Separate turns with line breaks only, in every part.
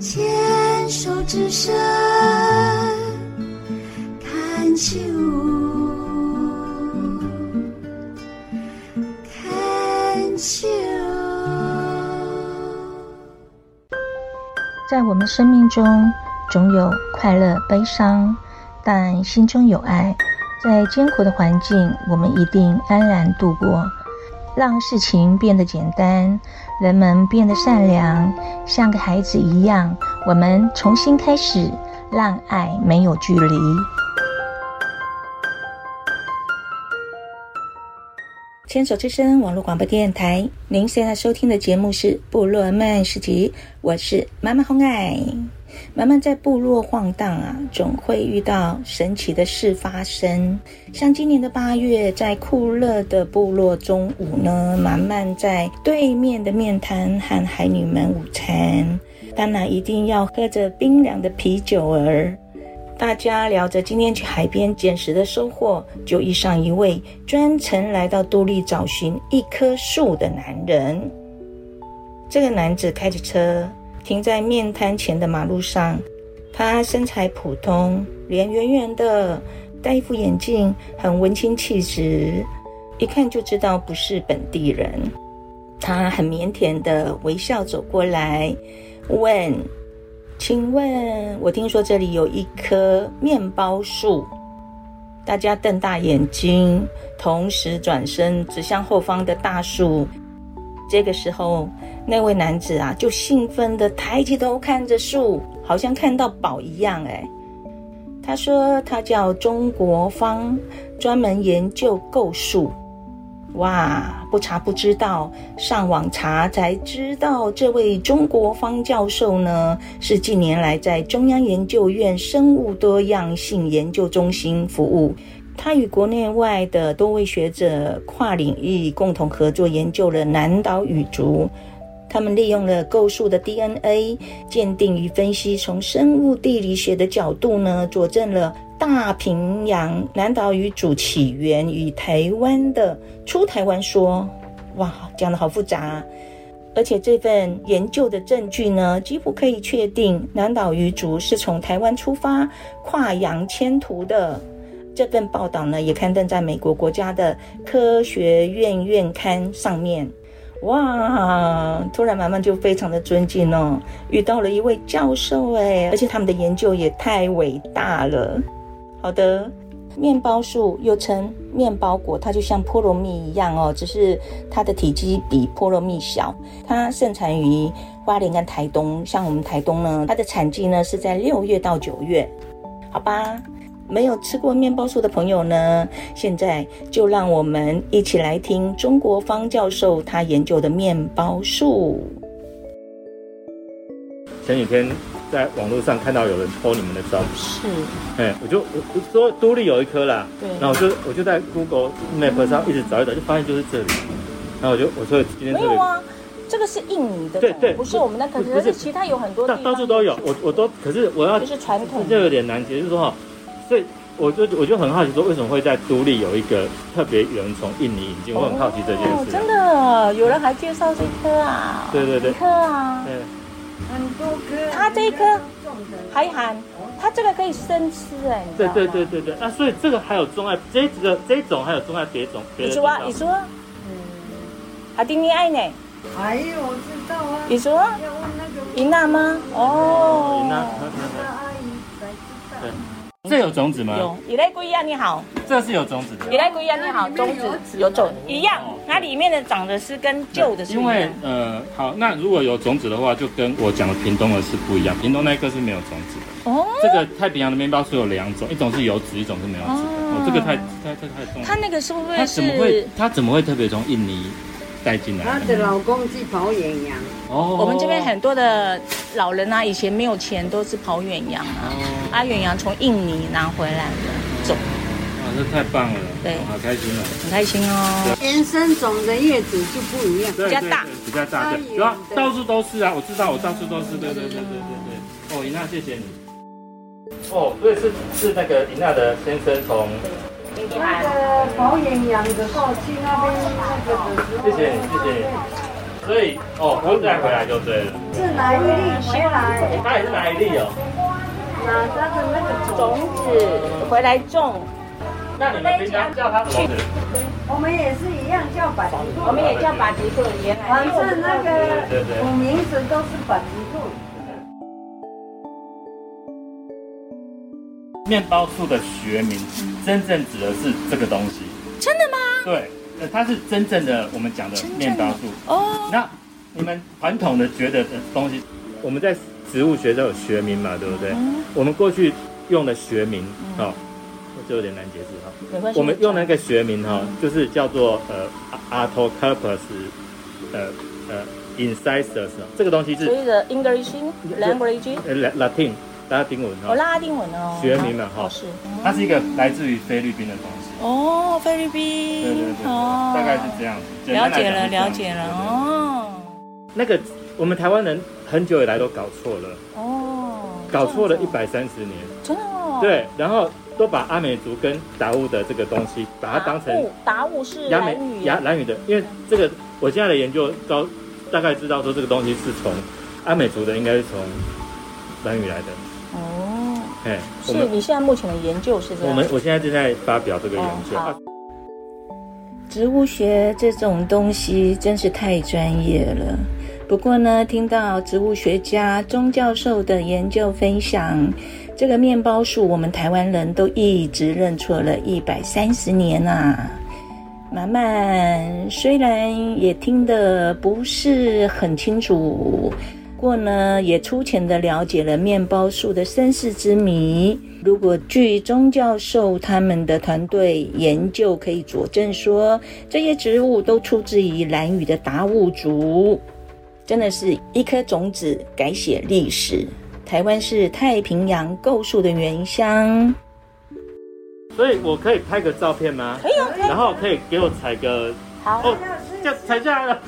牵手之声，看秋。看秋。
在我们生命中，总有快乐、悲伤，但心中有爱。在艰苦的环境，我们一定安然度过。让事情变得简单，人们变得善良，像个孩子一样，我们重新开始，让爱没有距离。牵手之声网络广播电台，您现在收听的节目是《部落漫市集》，我是妈妈红爱。慢慢在部落晃荡啊，总会遇到神奇的事发生。像今年的八月，在酷热的部落中午呢，满满在对面的面摊和海女们午餐，当然一定要喝着冰凉的啤酒儿。大家聊着今天去海边捡拾的收获，就遇上一位专程来到都立找寻一棵树的男人。这个男子开着车，停在面摊前的马路上。他身材普通，脸圆圆的，戴一副眼镜，很文青气质，一看就知道不是本地人。他很腼腆的微笑走过来，问：“请问，我听说这里有一棵面包树？”大家瞪大眼睛，同时转身指向后方的大树。这个时候，那位男子啊，就兴奋地抬起头看着树，好像看到宝一样。哎，他说他叫中国方，专门研究构树。哇，不查不知道，上网查才知道，这位中国方教授呢，是近年来在中央研究院生物多样性研究中心服务。他与国内外的多位学者跨领域共同合作，研究了南岛语族。他们利用了构树的 DNA 鉴定与分析，从生物地理学的角度呢，佐证了大平洋南岛语主起源与台湾的出台湾说。哇，讲的好复杂、啊。而且这份研究的证据呢，几乎可以确定南岛语族是从台湾出发，跨洋迁徒的。这份报道呢，也刊登在美国国家的科学院院刊上面。哇！突然，妈妈就非常的尊敬哦，遇到了一位教授哎，而且他们的研究也太伟大了。好的，面包树又称面包果，它就像菠萝蜜一样哦，只是它的体积比菠萝蜜小。它盛产于花莲跟台东，像我们台东呢，它的产季呢是在六月到九月。好吧，没有吃过面包树的朋友呢，现在就让我们一起来听中国方教授他研究的面包树。
前几天在网络上看到有人 po 你们的照片，
是，
哎，我就我我说都立有一棵啦，
对
然后我就我就在 Google Map 上一直找一找，就发现就是这里，然后我就我说今天
没
这
有
里
啊，这个是印尼的，
对对
不是我们那个，
不是
可
不
是
是
其他有很多
到
地
到
方
处都有，我我都可是我要
就是传统
这有点难解，就是说哈，所以我就我就很好奇说为什么会在都立有一个特别有人从印尼引进，我很好奇这件
哦
事、啊
真的，有人还介绍这颗啊，
对对对
一颗啊，
对，
很多颗，
它这一颗
种的
海涵，它这个可以生吃哎，你知道
对
吗
对对对对，那所以这个还有种在这个这种还有种在别种别
你
的地
说啊，
方
你说啊，阿丁尼爱呢？
哎呦，我知道啊，
你说啊
要问那个
银娜吗？
哦云南
哦，
大阿姨才知道。
对这有种子吗？
有，以来龟亚你好，
这是有种子的
以。来龟亚你好，
那里
种
面有
子有种一样
哦，
它里面的长得是跟旧的是啊
因
一
为
样。
呃，好，那如果有种子的话，就跟我讲的屏东的是不一样。屏东那一颗是没有种子的。
哦，
这个太平洋的面包树有两种，一种是有籽，一种是没有籽的。哦，这个太太太太重要
它。那个是不
它
会
怎么会
是？
它怎么会特别从印尼带进来呢？
她的老公是保远洋，
哦
我们这边很多的老人啊，以前没有钱都是跑远洋啊，
哦
啊，远洋从印尼拿回来的种，
哇，这太棒了，
对
哦好开心了。
很开心哦。
原生种的叶子就不一样。
对
比较
对
大哎
对比较大，
它
对，
有
然后
对
到处都是啊，我知道，我到处都是，对对对对对对。哦，尹娜，谢谢你。哦，所以是是那个尹娜的先生从
那个保养养的时候去那边那个的时候，
谢谢谢谢。所以哦，不用再回来就对了。
是拿一粒回来，
他也是拿一粒哦。
拿它的那个
种
种，
子回来种，
那你们平常叫他什么名字？
我们也是一样叫百吉兔，
我们也叫把吉兔，原来
反正那
对
个
对
古名字都是百吉兔。
面包树的学名真正指的是这个东西。
真的吗？
对，呃它是真正的我们讲的面包树。
哦，
那你们传统的觉得的东西，我们在植物学上有学名嘛，对不对？
嗯
我们过去用的学名，哦，这有点难解释哈。
没关系，
我们用那个学名哈、就是叫做呃 a r t o c a r p u s 呃呃 incisors，这啊个东西
所
是
以的 English
就
language，
呃 La- Latin 拉丁文
哦，
哈、
拉丁文哦，
学名嘛哈
哦是，
它是一个来自于菲律宾的东西。
哦，菲律
对对对
宾
对，，大概是这样子。简
哦了
单来
解
讲
了，
是这样
了解了，。
对对对
哦，
那个我们台湾人很久以来都搞错了，
哦，
搞错了
这样子
一
哦，
百三十年。
真的哦，
对，然后都把阿美族跟达悟的这个东西，把它当成
达悟达悟是
雅
蓝
美
语
雅蓝语的，因为这个我现在的研究高大概知道说这个东西是从阿美族的，应该是从蓝语来的。
哦，
哎，我
是
们
你现在目前的研究是这样，
我们我现在正在发表这个研究。
哦好
啊
植物学这种东西真是太专业了。不过呢，听到植物学家钟教授的研究分享，这个面包树我们台湾人都一直认错了一百三十年啊。满满虽然也听得不是很清楚，不过呢，也粗浅的了解了面包树的身世之谜。如果据钟教授他们的团队研究可以佐证说，这些植物都出自于兰屿的达悟族，真的是一颗种子改写历史。台湾是太平洋构树的原乡，
所以我可以拍个照片吗？
可以啊，
然后可以给我采个
好
哦，这样采下来了，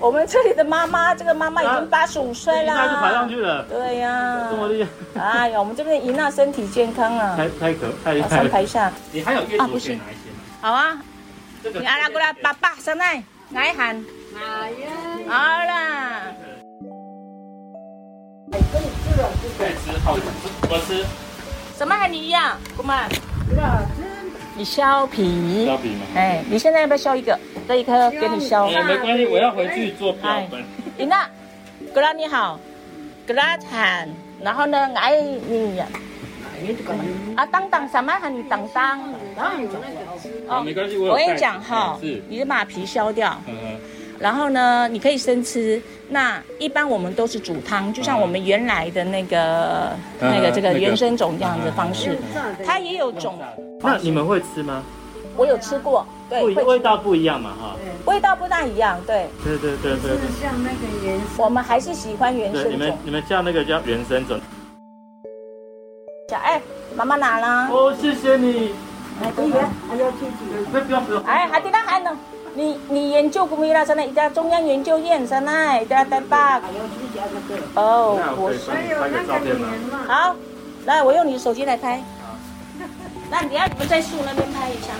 我们这里的妈妈，这个妈妈已
啊
经八十五岁
一下就爬上
啦。
去了，
对呀、
这么厉害，
哎呀，我们这边的姨娜身体健康啊，
太太可太厉
马
害
上拍
了。
一下。
你还有阅
啊不
读
是
选哪一些吗？
好啊，
这个
你阿拉过来，爸爸上来，来喊，
哎呀，
好啦。
可以吃好，我吃
什么和你一样，姑妈？你削皮
削，皮吗？
哎，你现在要不要削一个？这一颗给你削。
哎，没关系，我要回去做
哎
标本。
姨娜，格拉你好，格拉喊，然后呢，哎你呀，啊当当什么和你当当，然后你
有那个汁
啊，没关系，我有
哦我跟
带
你讲哈
是，，
你把皮削掉，
嗯哼，
然后呢，你可以生吃。那一般我们都是煮汤，就像我们原来的那个、
嗯
那个这
那
个
个嗯
原生种这样子的方式
用。炸的。
它也有种，
那你们会吃吗？
我有吃过，对，
不一，
会
味道不一样嘛，哈。
味道不大一样，对，
对对对对
是像那个颜色。
我们还是喜欢原
对，对
生
你们
种。
你们叫那个叫原生种。
小哎，妈妈拿啦，
哦，谢谢你。
哎还要去几个？
不不用不用。
哎，还得啦还能，你你研究古米拉山奈，一家中央研究院山奈，一家台北。哦
那，我
我
可以
是
帮
还
你
有
拍
那
个照
个
片吗？
年嘛，
好，来，我用你手机来拍。那你要你们在树那边拍一下。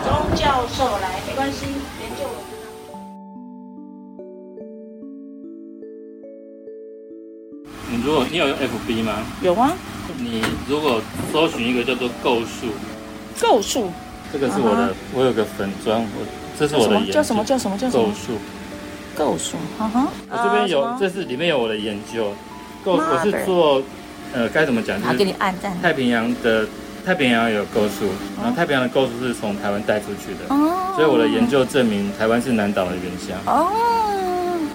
钟教授来，没关系，研究我知道。
你如果你有用 FB 吗？
有啊，
你如果搜寻一个叫做构树，
构树
这个是我
啊
的，我有个粉砖，我这是
叫
我
什
的
么？
研
叫
究
什么？叫什么？叫什
构
么？
树，
构树，哈哈。
我这边有
啊，什么
这是里面有我的研究。构，
妈
我是
的
做，呃，该怎么讲？就
好，
是
给你按赞。
太平洋的太平洋有构树，然后太平洋的构树是从台湾带出去的，
哦
所以我的研究证明台湾是南岛的原乡。
哦，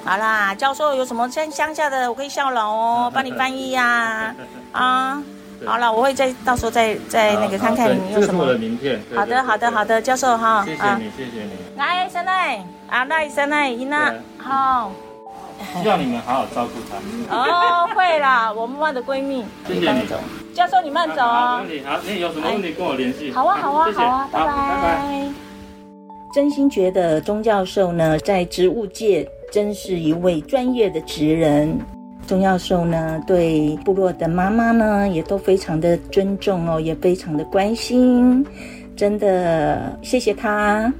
好啦，教授有什么乡乡下的，我可以效劳
啊
哦，帮你翻译呀、啊。
对
好了，我会再到时候再再那个看看
对
你
这
有
个
什
是我的
么。
名片。对
好的，好的，好，的，教授哈
对对谢谢
啊，
你，谢谢你，
来，三奈啊，来三奈伊娜
对，
好
希望你们好好照顾他。
哦，会啦，我妈妈的闺蜜，
谢谢你
帮走，教授你慢走
好，
哦
没问。题。好，那你有什么问题跟我联系。
好啊，好啊，
谢谢
好啊，拜
好拜拜。
真心觉得钟教授呢，在植物界真是一位专业的职人。钟教授呢，对部落的妈妈呢，也都非常的尊重哦，也非常的关心。
真的谢谢他，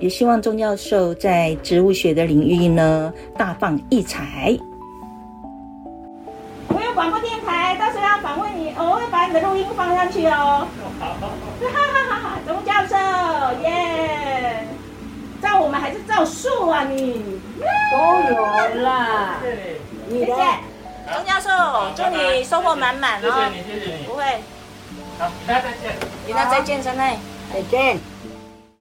也希望钟教授在植物学的领域呢大放异彩。
我有广播电台，到时候要访问你，哦我会把你的录音放上去哦。好，钟教授，耶！照我们还是照树啊你。
哦都有啦。
谢
你
谢
的，
钟教授，哦祝你收获满满
谢谢
哦。
你，谢谢你
不。会，
好，大家再见。
哎
你那再见，真爱。
再见。